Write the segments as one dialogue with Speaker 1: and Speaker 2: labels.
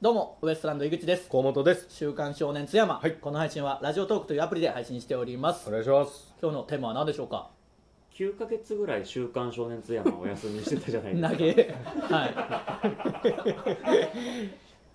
Speaker 1: どうもウエストランド井口です
Speaker 2: 河本です
Speaker 1: 週刊少年津山、
Speaker 2: はい
Speaker 1: この配信はラジオトークというアプリで配信しております
Speaker 2: お願いします
Speaker 1: 今日のテーマは何でしょうか
Speaker 3: 9ヶ月ぐらい「週刊少年津山」お休みしてたじゃないです
Speaker 1: 投
Speaker 3: か
Speaker 1: げは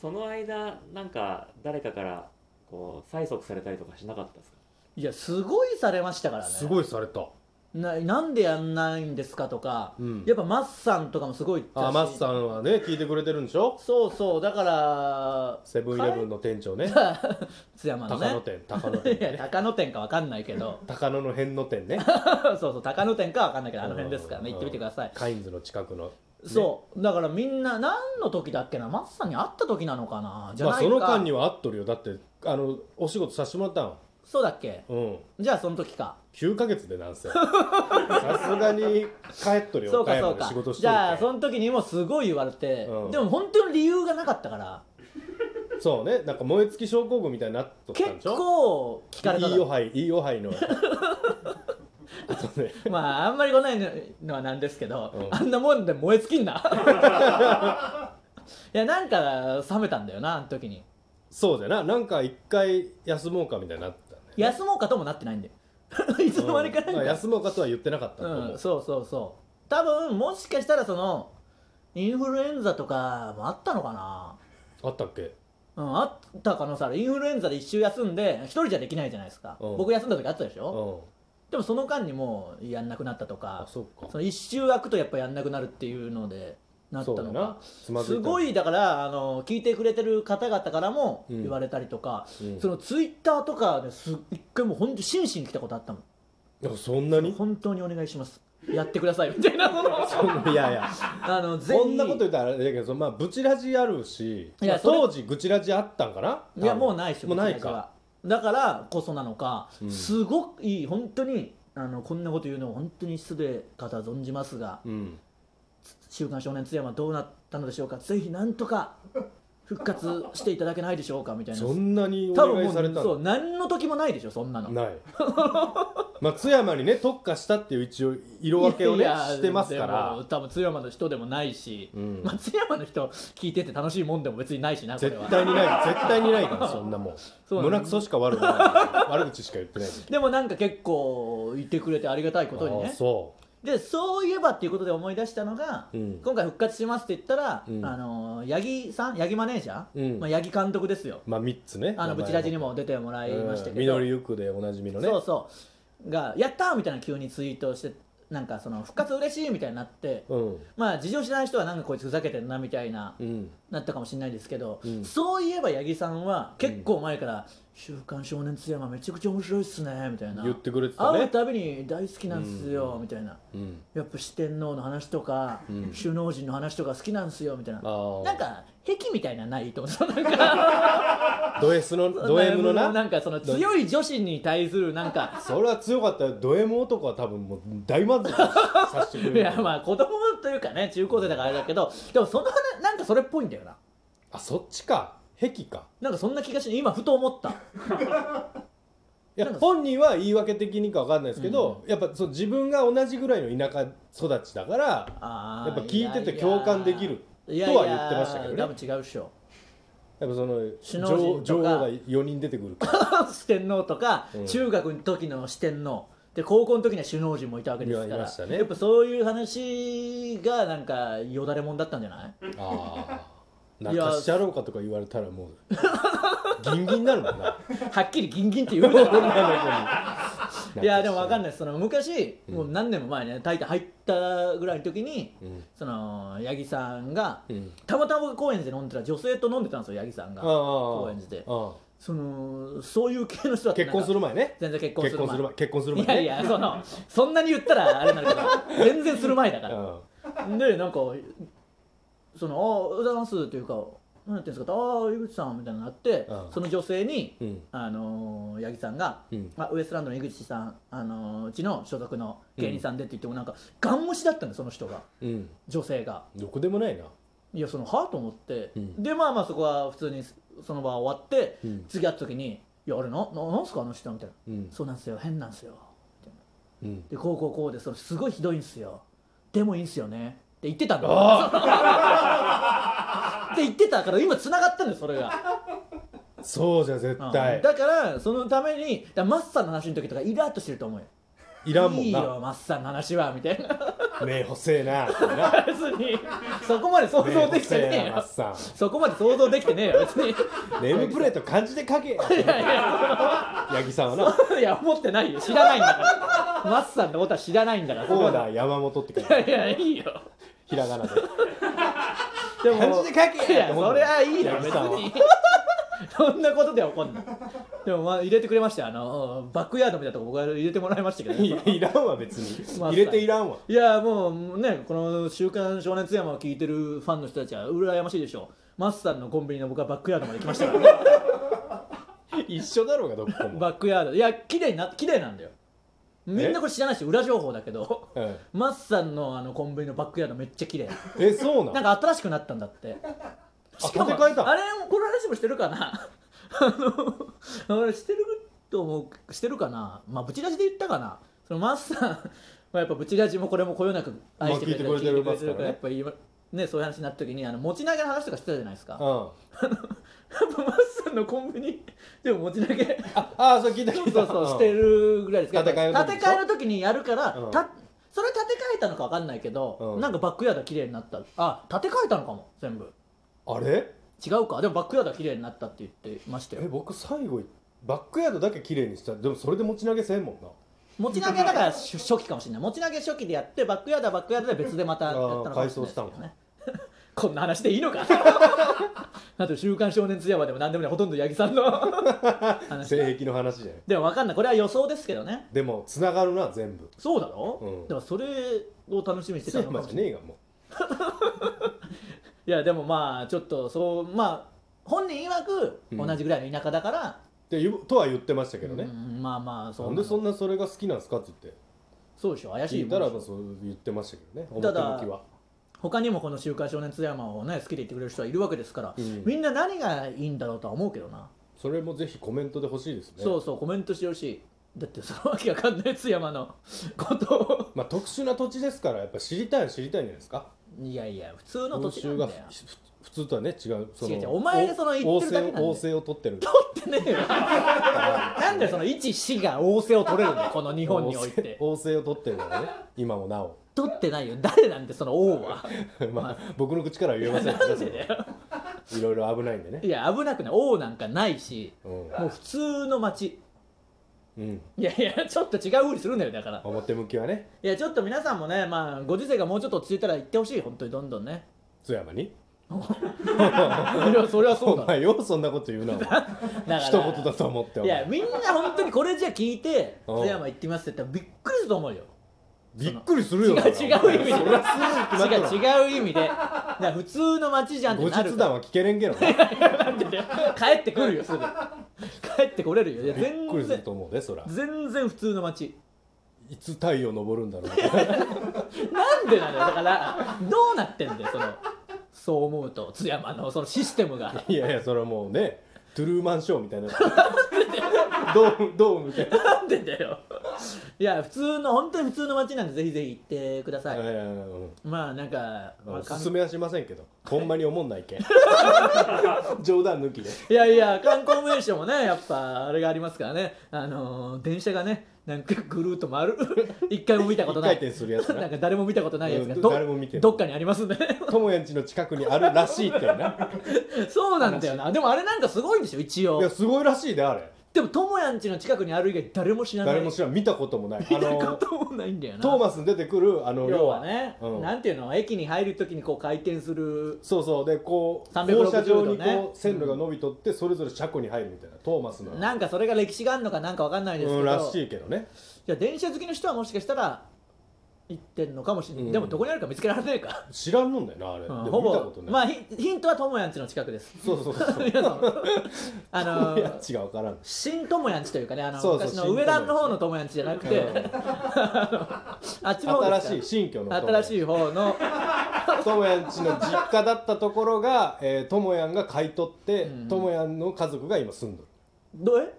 Speaker 3: その間なんか誰かからこう催促されたりとかしなかったですか
Speaker 1: いいやすごいされましたからね
Speaker 2: すごいされた
Speaker 1: ななんでやんないんですかとか、
Speaker 2: うん
Speaker 1: やっぱマッサンとかもすごい言ってたし
Speaker 2: あマッさんはね聞いてくれてるんでしょ
Speaker 1: そうそうだから
Speaker 2: セブンイレブンの店長ね
Speaker 1: 津山の
Speaker 2: 高野
Speaker 1: ね
Speaker 2: 店高 野
Speaker 1: い
Speaker 2: 店
Speaker 1: や
Speaker 2: ね
Speaker 1: 高野店かわかんないけど
Speaker 2: 高野の辺の店ね
Speaker 1: そうそう高野店かわかんないけ どあの辺ですからね行ってみてください
Speaker 2: うんカインズの近くの
Speaker 1: そうだからみんな何の時だっけなマッサンに会った時なのかなじゃ
Speaker 2: ま
Speaker 1: ないか、
Speaker 2: あその間には合っとるよだってあのお仕事させてもらったん
Speaker 1: そうだっけ
Speaker 2: うん
Speaker 1: じゃあその時か
Speaker 2: 9ヶ月でな んせさすがに帰っとるよ
Speaker 1: そうかそ
Speaker 2: 岡山
Speaker 1: う
Speaker 2: で
Speaker 1: か
Speaker 2: 仕事して
Speaker 1: じゃ
Speaker 2: るか
Speaker 1: あ
Speaker 2: ら
Speaker 1: その時にもすごい言われて、
Speaker 2: うん
Speaker 1: でも本当に理由がなかったから
Speaker 2: そうねなんか燃え尽き症候群みたいになっとったんでし
Speaker 1: 結
Speaker 2: ょ
Speaker 1: 構聞かれた
Speaker 2: い
Speaker 1: の
Speaker 2: いおはいいいおはいのあとね
Speaker 1: まああんまり来ないのはなんですけど、
Speaker 2: うん
Speaker 1: あんなもんで燃え尽きん ないやなんか冷めたんだよなあの時に
Speaker 2: そうじゃななんか一回休もうかみたいになったね
Speaker 1: 休もうかともなってないんだよ いつの間にかなん
Speaker 2: うん
Speaker 1: か、
Speaker 2: 休もうかとは言ってなかったと思う、
Speaker 1: うん、そうそうそう多分もしかしたらそのインフルエンザとかもあったのかな
Speaker 2: あったっけ
Speaker 1: うん、あった可能性あるインフルエンザで1週休んで1人じゃできないじゃないですか、
Speaker 2: うん
Speaker 1: 僕休んだ時あったでし
Speaker 2: う
Speaker 1: ょ、
Speaker 2: ん
Speaker 1: でもその間にもうやんなくなったと
Speaker 2: あ
Speaker 1: か
Speaker 2: そうか
Speaker 1: その1週空くとやっぱやんなくなるっていうのでなった
Speaker 2: そう
Speaker 1: の
Speaker 2: だ
Speaker 1: か
Speaker 2: なつますずいた
Speaker 1: ごいだからあの聞いてくれてる方々からも
Speaker 2: うん
Speaker 1: 言われたりとか、
Speaker 2: うん
Speaker 1: そのツイッターとかです一回もう本当心身来たことあったもん
Speaker 2: でもそんなに
Speaker 1: 本当にお願いしますやってくださいみたいなもの
Speaker 2: そんないやいや
Speaker 1: あのぜひ
Speaker 2: こんなこと言ったらあれだけどそのまあブチラジあるし
Speaker 1: いや
Speaker 2: まあ
Speaker 1: それ
Speaker 2: 当時グチラジあったんかない
Speaker 1: いやもうないし
Speaker 2: もうない
Speaker 1: 僕たち
Speaker 2: か
Speaker 1: はだからこそなのか、
Speaker 2: うん
Speaker 1: すごくいい本当にあのこんなこと言うのは本当に失礼かとは存じますが
Speaker 2: うん
Speaker 1: 「週刊少年津山」どうなったのでしょうかぜひなんとか復活していただけないでしょうかみたいな
Speaker 2: そんなにお
Speaker 1: 多分
Speaker 2: 願
Speaker 1: も
Speaker 2: いうされた
Speaker 1: そう
Speaker 2: の
Speaker 1: 何の時もないでしょそんなの
Speaker 2: ないまあ津山にね特化したっていう一応色分けをね
Speaker 1: いやいや
Speaker 2: してますか
Speaker 1: でも
Speaker 2: ら
Speaker 1: 多分津山の人でもないし、
Speaker 2: うん
Speaker 1: まあ、津山の人聞いてて楽しいもんでも別にないしなこれ
Speaker 2: 絶
Speaker 1: は
Speaker 2: 対にない絶対にないからそんなもん
Speaker 1: そうなんだ
Speaker 2: 胸くそしか悪く ない悪口しか言ってない
Speaker 1: でもなんか結構いてくれてありがたいことに
Speaker 2: あ
Speaker 1: ね
Speaker 2: あそう
Speaker 1: でそういえばっていうことで思い出したのが、
Speaker 2: うん
Speaker 1: 今回復活しますって言ったら、
Speaker 2: うん
Speaker 1: あの八木さん八木マネージャー、
Speaker 2: うん
Speaker 1: まあ、八木監督ですよ
Speaker 2: まあ3つね
Speaker 1: あのブチラジにも出てもら
Speaker 2: あ
Speaker 1: いましたけど、
Speaker 2: 緑ゆくでおなじみのね
Speaker 1: そうそうが「やった!」みたいな急にツイートしてなんかその復活嬉しいみたいになって、
Speaker 2: うん
Speaker 1: まあ事情知らない人はなんかこいつふざけてんなみたいな、
Speaker 2: うん
Speaker 1: なったかもしれないですけど、
Speaker 2: うん
Speaker 1: そういえば八木さんは結構前から「週刊少年津山めちゃくちゃ面白いっすね」みたいな
Speaker 2: 言ってくれてた
Speaker 1: 会う
Speaker 2: ね
Speaker 1: たびに大好きなんすよ、みたいな。
Speaker 2: うん
Speaker 1: やっぱ四天王の話とか、
Speaker 2: うん
Speaker 1: 首脳陣の話とか好きなんすよみたいな
Speaker 2: あー
Speaker 1: なんか癖みたいなのないと思 うなんか
Speaker 2: ド S のド M の
Speaker 1: な
Speaker 2: なん
Speaker 1: かその強い女子に対するなん か
Speaker 2: それは強かったよド M 男は多分もう大満足させてく
Speaker 1: い
Speaker 2: れる
Speaker 1: やまあ子供というかね中高生だからあれだけどでもその話なんかそれっぽいんだよな
Speaker 2: あそっちか癖か
Speaker 1: なんかそんな気がして今ふと思った
Speaker 2: いや本人は言い訳的にか分かんないですけど、やっぱそう自分が同じぐらいの田舎育ちだから
Speaker 1: あー
Speaker 2: やっぱ聞いてて共感できる
Speaker 1: いやい
Speaker 2: と
Speaker 1: や
Speaker 2: は言ってましたけどね
Speaker 1: いやいや多分違うっしょ
Speaker 2: やっぱその
Speaker 1: 首脳陣
Speaker 2: 女王女王
Speaker 1: とか
Speaker 2: が4人出てく るから
Speaker 1: 四天王とか、
Speaker 2: うん
Speaker 1: 中学の時の四天王で高校の時には首脳陣もいたわけです
Speaker 2: い
Speaker 1: か
Speaker 2: やいま
Speaker 1: ら
Speaker 2: したね
Speaker 1: やっぱそういう話がなんかよだれもんだったんじゃない
Speaker 2: ああ
Speaker 1: い
Speaker 2: 泣
Speaker 1: や
Speaker 2: かしてやろうかとか言われたらもうギンギンになるもんな
Speaker 1: はっきりギンギンって言う な いやでも分かん
Speaker 2: い、
Speaker 1: ないですその昔、
Speaker 2: うん
Speaker 1: もう何年も前ねタイタ入ったぐらいの時に
Speaker 2: うん
Speaker 1: その八木さんが、
Speaker 2: うん、
Speaker 1: たまたま僕高円寺で飲んでたら女性と飲んでたんですよ八木さんが
Speaker 2: ああ高
Speaker 1: 円寺で
Speaker 2: あ
Speaker 1: そのそういう系の人だ
Speaker 2: あ
Speaker 1: った
Speaker 2: 結婚する前ね
Speaker 1: 全然結婚す
Speaker 2: 結
Speaker 1: る
Speaker 2: 婚
Speaker 1: 前
Speaker 2: する前結婚する前
Speaker 1: いやい
Speaker 2: ね
Speaker 1: やそのそんなに言ったらあれになるけど全然する前だか
Speaker 2: う
Speaker 1: ら
Speaker 2: ん
Speaker 1: でなんかその「ああおはようございます」っていうか「何やってんですか?」ああ井口さん」みたいになって、
Speaker 2: うん
Speaker 1: その女性に、
Speaker 2: うん
Speaker 1: あのー八木さんが、
Speaker 2: うん
Speaker 1: まあ、ウエストランドの井口さん、あのーうちの所属の芸人さんでって言ってもなんかガン無視だったんだよその人が
Speaker 2: うん
Speaker 1: 女性が
Speaker 2: どこでもないない
Speaker 1: やそのはあと思って、
Speaker 2: うん
Speaker 1: でまあまあそこは普通にその場終わって、
Speaker 2: うん
Speaker 1: 次会った時に「いやあれなななんすかあの人」みたいな「
Speaker 2: うん
Speaker 1: そうなんですよ変なんですよ」みたいな
Speaker 2: うん
Speaker 1: でこうこうこうでそのす ごいひどいんすよでもいいんすよねって言ってたんだ
Speaker 2: あ
Speaker 1: って言ってたから今繋がったのよそれが
Speaker 2: そうじゃん絶
Speaker 1: うん
Speaker 2: 対
Speaker 1: だからそのためにだからマッサンの話の時とかイラッとしてると思うよ
Speaker 2: いらんもん
Speaker 1: いい
Speaker 2: な
Speaker 1: よマッサンの話はみたいな
Speaker 2: 目細えなみたいな
Speaker 1: 別に そこまで想
Speaker 2: 目
Speaker 1: 像でき
Speaker 2: 細
Speaker 1: てね
Speaker 2: え
Speaker 1: え
Speaker 2: なマ
Speaker 1: よ
Speaker 2: ッサン
Speaker 1: そこまで想像できてねえよ別にい
Speaker 2: ネームプレート漢字で書け よ
Speaker 1: やいや
Speaker 2: 八木さんはな
Speaker 1: そのいや思ってないよ知らないんだからマッサンのことは知らないんだからそこ
Speaker 2: オ
Speaker 1: ま
Speaker 2: ー
Speaker 1: で
Speaker 2: ダー山本って書い
Speaker 1: い
Speaker 2: てある
Speaker 1: やいやいいよ
Speaker 2: ひらがなで
Speaker 1: で
Speaker 2: 漢
Speaker 1: も
Speaker 2: 字で書
Speaker 1: い
Speaker 2: けよ
Speaker 1: や
Speaker 2: って思
Speaker 1: そ
Speaker 2: うん
Speaker 1: れ
Speaker 2: だよ
Speaker 1: はいいだろ
Speaker 2: 八
Speaker 1: 別
Speaker 2: 木さんは
Speaker 1: にそんなことでは怒んないでもまあ入れてくれましたよあのうんバックヤードみたいなとこ僕は入れてもらいましたけど
Speaker 2: い
Speaker 1: ね
Speaker 2: やいらんわ別に
Speaker 1: マッサン
Speaker 2: 入れていらんわ
Speaker 1: いやもうねこの「週刊少年津山」を聞いてるファンの人たちは羨ましいでしょうマスさんのコンビニの僕はバックヤードまで来ましたから、ね、
Speaker 2: 一緒だろうがどこも
Speaker 1: バックヤードいや綺麗な綺麗なんだよみんなこれ知らないし裏情報だけど
Speaker 2: うん
Speaker 1: マスさんのあのコンビニのバックヤードめっちゃ綺麗
Speaker 2: えそうな
Speaker 1: なん
Speaker 2: の
Speaker 1: か新しくなったんだってしかも
Speaker 2: 建て替えた
Speaker 1: あれこの話もしてるかな あのあれしてると思うしてるかなまあブチラジで言ったかなそのマス さんはやっぱブチラジもこれもこよなく愛してくれて
Speaker 2: まあ聞いてくれてるマス
Speaker 1: 聞
Speaker 2: さ
Speaker 1: いてくれてる
Speaker 2: んね
Speaker 1: からやっぱ今ねそういう話になった時にあの持ち投げの話とかしてたじゃないですか
Speaker 2: う
Speaker 1: やっ
Speaker 2: ん
Speaker 1: ぱマスさんのコンビニでも持ち投げ
Speaker 2: ああーそう聞いた
Speaker 1: そ
Speaker 2: 聞
Speaker 1: う
Speaker 2: いた
Speaker 1: そうそうしてるぐらいですか
Speaker 2: 建て替えの時
Speaker 1: 建
Speaker 2: でしょ
Speaker 1: て替えの時にやるから、
Speaker 2: うん
Speaker 1: たそれ建て替えたのかわかんないけど、
Speaker 2: うん
Speaker 1: なんかバックヤード綺麗になったあ建て替えたのかも全部
Speaker 2: あれ
Speaker 1: 違うかでもバックヤードは綺麗になったって言ってました
Speaker 2: え
Speaker 1: よ
Speaker 2: 僕最後バックヤードだけ綺麗にしたでもそれで持ち投げせんもんな
Speaker 1: 持ち投げだから初初期かもしれない持ち投げ初期でやってバックヤードはバックヤードで別でまたやったのかもしれないですけどね こんな話でいいのか あと「週刊少年津山」でも何でもないほとんど八木さ んの話
Speaker 2: 性癖の話じゃない
Speaker 1: でも分かんないこれは予想ですけどね
Speaker 2: でもつながるな全部
Speaker 1: そうだろ、
Speaker 2: うん
Speaker 1: でもそれを楽しみにしてた
Speaker 2: テー
Speaker 1: のか
Speaker 2: マ
Speaker 1: も
Speaker 2: じ
Speaker 1: し
Speaker 2: ゃ
Speaker 1: れない
Speaker 2: ねえがも
Speaker 1: いやでもまあちょっとそうまあ本人曰く
Speaker 2: うん
Speaker 1: 同じぐらいの田舎だから、
Speaker 2: うでゆとは言ってましたけどね、
Speaker 1: うんまあまあそう
Speaker 2: な
Speaker 1: の
Speaker 2: んでそんなそれが好きなんですかって言って
Speaker 1: そうでしょ怪しい
Speaker 2: 聞
Speaker 1: も
Speaker 2: い
Speaker 1: ん
Speaker 2: た
Speaker 1: で
Speaker 2: ら
Speaker 1: し
Speaker 2: ま
Speaker 1: ょ
Speaker 2: あそう言ってましたけどね
Speaker 1: た
Speaker 2: 表
Speaker 1: だ
Speaker 2: 向きは
Speaker 1: 他にもこの「週刊少年津山」をね好きで言ってくれる人はいるわけですから、
Speaker 2: うん
Speaker 1: みんな何がいいんだろうとは思うけどな、
Speaker 2: それもぜひコメントで欲しいですね
Speaker 1: そうそうコメントしてほしいだってそのわけわかんない津山の こと
Speaker 2: まあ特殊な土地ですからやっぱ知りたい知りたいんじゃないですか
Speaker 1: をいやいや普通の
Speaker 2: 報
Speaker 1: 土地な
Speaker 2: 酬
Speaker 1: んだ
Speaker 2: が
Speaker 1: よ
Speaker 2: ふふ普通とはね違うその
Speaker 1: 違う違うお前でその言ってるだけなんだよ
Speaker 2: 王政を王政を取ってる
Speaker 1: 取ってねえよなんでその一市が仰せを取れるんだ よこ の日本において
Speaker 2: 王政王政を取ってるからね今もなお
Speaker 1: 取ってないよ誰なんでその王は
Speaker 2: まあ僕の口からは言えませんけど
Speaker 1: なんでだよ
Speaker 2: そのいろいろ危ないんでね
Speaker 1: いや危なくない王なんかないし
Speaker 2: うん、
Speaker 1: もう普通の町
Speaker 2: うん、
Speaker 1: いやいやちょっと違うふうにするんだよだから
Speaker 2: 表向きはね
Speaker 1: いやちょっと皆さんもね、まあ、ご時世がもうちょっと落ち着いたら行ってほしい本当にどんどん ね
Speaker 2: 津山に
Speaker 1: いやそれはそう
Speaker 2: お
Speaker 1: だ
Speaker 2: 前ようそんなこと言うなお前
Speaker 1: だから
Speaker 2: 一言だと思ってお
Speaker 1: いやみ
Speaker 2: 前
Speaker 1: んな本当にこれじゃ聞いて
Speaker 2: うん
Speaker 1: 津山行ってますって言ったらびっくりすると思うよ
Speaker 2: びっくりする
Speaker 1: 違う
Speaker 2: よ
Speaker 1: 違う意味で違
Speaker 2: そりゃすぐに決まった
Speaker 1: う違う意味でだから普通の街じゃんっ
Speaker 2: 後
Speaker 1: てなる
Speaker 2: 日
Speaker 1: か
Speaker 2: 談
Speaker 1: ら
Speaker 2: は聞けれんけどな
Speaker 1: 帰ってくるよすぐ帰ってこれるよいや
Speaker 2: びっく
Speaker 1: 全
Speaker 2: りする
Speaker 1: 然
Speaker 2: と思うでそら
Speaker 1: 全然普通の街
Speaker 2: いつ太陽昇るんだろう
Speaker 1: なんでなのよだからどうなってんだよそのそう思うと津山のそのシステムが
Speaker 2: いやいやそれはもうねトゥルーマンショーみた いなドームドームみたいな
Speaker 1: なんでだよいや普通の本当に普通の街なんでぜひぜひ行ってください、
Speaker 2: いやいやいやうん
Speaker 1: まあなんか、まあ
Speaker 2: お
Speaker 1: かん
Speaker 2: すすめはしませんけどほんまに思んな いけん冗談抜きで
Speaker 1: いやいや観光名所もねやっぱあれがありますからねあのー電車がねなんかぐるーっと回る 一回も見たことない
Speaker 2: 一回転するやつな
Speaker 1: なんか誰も見たことないやつが
Speaker 2: うん
Speaker 1: ど
Speaker 2: 誰も見てない
Speaker 1: どっかにありますんでね
Speaker 2: 友也んちの近くにあるらしいってな
Speaker 1: そうなんだよなでもあれなんかすごいんでしょ一
Speaker 2: いや
Speaker 1: 応
Speaker 2: すごいらしいであれ
Speaker 1: でも智也ん家の近くにある以外誰も知らない
Speaker 2: 誰も知らん見たこともないあ
Speaker 1: 見た
Speaker 2: の
Speaker 1: ことも ないんだよな
Speaker 2: トーマスに出てくるあの
Speaker 1: 要はね、
Speaker 2: うん
Speaker 1: なんていうの駅に入るときにこう回転する
Speaker 2: そうそうでこう
Speaker 1: 360
Speaker 2: 放射状に
Speaker 1: 度ね
Speaker 2: こう線路が伸びとってそれぞれ車庫に入るみたいなトーマスの
Speaker 1: なんかそれが歴史があるのかなんかわかんないですけど、
Speaker 2: うんらし
Speaker 1: じ
Speaker 2: いけどね
Speaker 1: ゃあ電車好きの人はもしかしたら行ってんのかもしれない、
Speaker 2: うん
Speaker 1: でもどこにあるか見つけられないか、
Speaker 2: 知らんのんだよなあれ、
Speaker 1: うん
Speaker 2: で
Speaker 1: ほ
Speaker 2: も見た
Speaker 1: ぼ
Speaker 2: ことない、
Speaker 1: まあヒヒントはともやんちの近くです
Speaker 2: そうそうそう
Speaker 1: 皆さんあの
Speaker 2: いや
Speaker 1: ー
Speaker 2: 違うからん
Speaker 1: 新ともやんちというかねあの
Speaker 2: そうそう
Speaker 1: 昔の
Speaker 2: 新
Speaker 1: 上段の方のともやんちじゃなくて、あっちの方
Speaker 2: 新
Speaker 1: ですか
Speaker 2: しい
Speaker 1: ら
Speaker 2: 新居の
Speaker 1: 新しい方の
Speaker 2: ともやんちの実家だったところがえーともやんが買い取って
Speaker 1: うん
Speaker 2: ともやんの家族が今住んどる
Speaker 1: どえ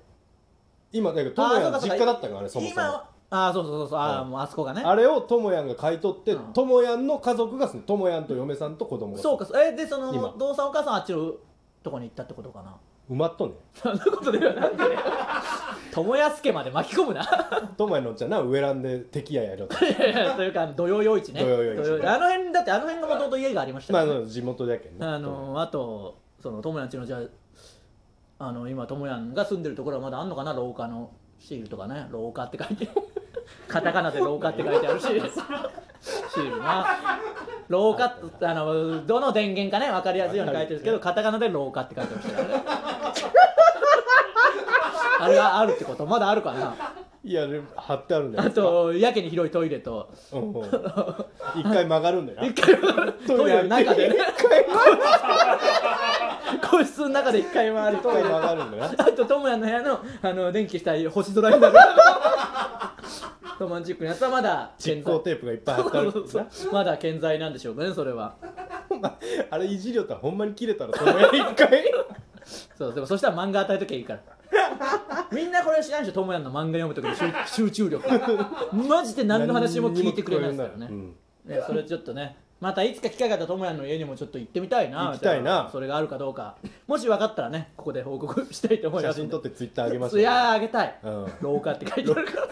Speaker 2: 今だけどと
Speaker 1: あ
Speaker 2: も
Speaker 1: ーそう
Speaker 2: や
Speaker 1: んかそう
Speaker 2: 実
Speaker 1: か
Speaker 2: 家だったからねそもそ
Speaker 1: 今
Speaker 2: も
Speaker 1: はあーそうそうそうそうあーもうあそこがね
Speaker 2: あれをともやんが買い取って
Speaker 1: うん
Speaker 2: ともやんの家族がともやんと嫁さんと子供が
Speaker 1: そうかそうえでそ
Speaker 2: 今
Speaker 1: のお父さんお母さんあっちのとこに行ったってことかな
Speaker 2: 埋まっとんね
Speaker 1: そんなことではなん で友安家まで巻き込むな
Speaker 2: ともやんのおっちゃんな上らんで敵ややろって
Speaker 1: いやいや というか土曜夜市ね
Speaker 2: 土曜夜市
Speaker 1: あの辺だってあの辺がもともと家がありました
Speaker 2: まあ
Speaker 1: か
Speaker 2: あ
Speaker 1: らね、
Speaker 2: の地元だけどね
Speaker 1: あのあとその友達のじゃああの今友やんが住んでるところはまだあんのかな廊下のシールとかね廊下って書い てカタカナで廊下って書いてあるしシールな廊下ってあのどの電源かね分かりやすいように書いてるけどカタカナで廊下って書いてましたからねあれがあるってことまだあるかない
Speaker 2: やでも貼ってあるんだよ
Speaker 1: あとやけに広いトイレと
Speaker 2: うんうん一回曲がるんだよな
Speaker 1: 一回トイレの中でね
Speaker 2: 一回曲がる
Speaker 1: 個室の中で一回回る
Speaker 2: 一
Speaker 1: と
Speaker 2: 回曲がるん だよな
Speaker 1: あと、智也の部屋の、あの、電気したい星空になる。ロマンチックなやつはまだ
Speaker 2: 実
Speaker 1: 健
Speaker 2: 行
Speaker 1: 在。
Speaker 2: テープがいっぱい貼ってあるんだよな
Speaker 1: まだ健在なんでしょうかね、それは。
Speaker 2: あれいじりよったらほんまに切れたらその辺一回
Speaker 1: そう、でも、そしたら漫画与えときゃいいから。みんなこれ知らんでしょ、智也の漫画読むときの集集中力。マジで 何の話も聞いてくれないですからね。
Speaker 2: うん
Speaker 1: いやそれちょっとねまたいつか機会があったら智也の家にもちょっと行ってみたいな
Speaker 2: 行きたいな
Speaker 1: それがあるかどうかもし分かったらねここで報告したいと思いま
Speaker 2: 写
Speaker 1: す
Speaker 2: 真撮ってツイッターあげましょう
Speaker 1: いやーあげたい、
Speaker 2: うん
Speaker 1: 廊下って書いてあるから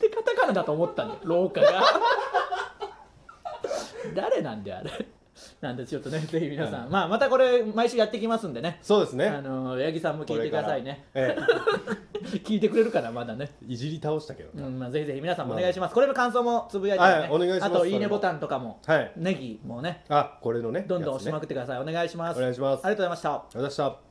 Speaker 1: でカタカナだと思ったんだよ廊下が誰なんだよあれなんでちょっとねぜひ皆さん、
Speaker 2: は
Speaker 1: まあまたこれ毎週やっていきますんでね
Speaker 2: そうです
Speaker 1: あ
Speaker 2: ね
Speaker 1: のー八木さんも聞いてくださいね
Speaker 2: これからえ
Speaker 1: 聞いてくれるからまだね
Speaker 2: えいじり倒したけど
Speaker 1: う
Speaker 2: なん
Speaker 1: まあ、ぜひぜひ皆さんもお願いします、これの感想もつぶやいて、ね
Speaker 2: はいお願いします
Speaker 1: あといいねボタンとかも、
Speaker 2: はい
Speaker 1: ネギもね
Speaker 2: あこれのね
Speaker 1: どんどん押しま
Speaker 2: く
Speaker 1: くってくださいお願いします
Speaker 2: お願いします
Speaker 1: ありがとうございました
Speaker 2: ありがとうございました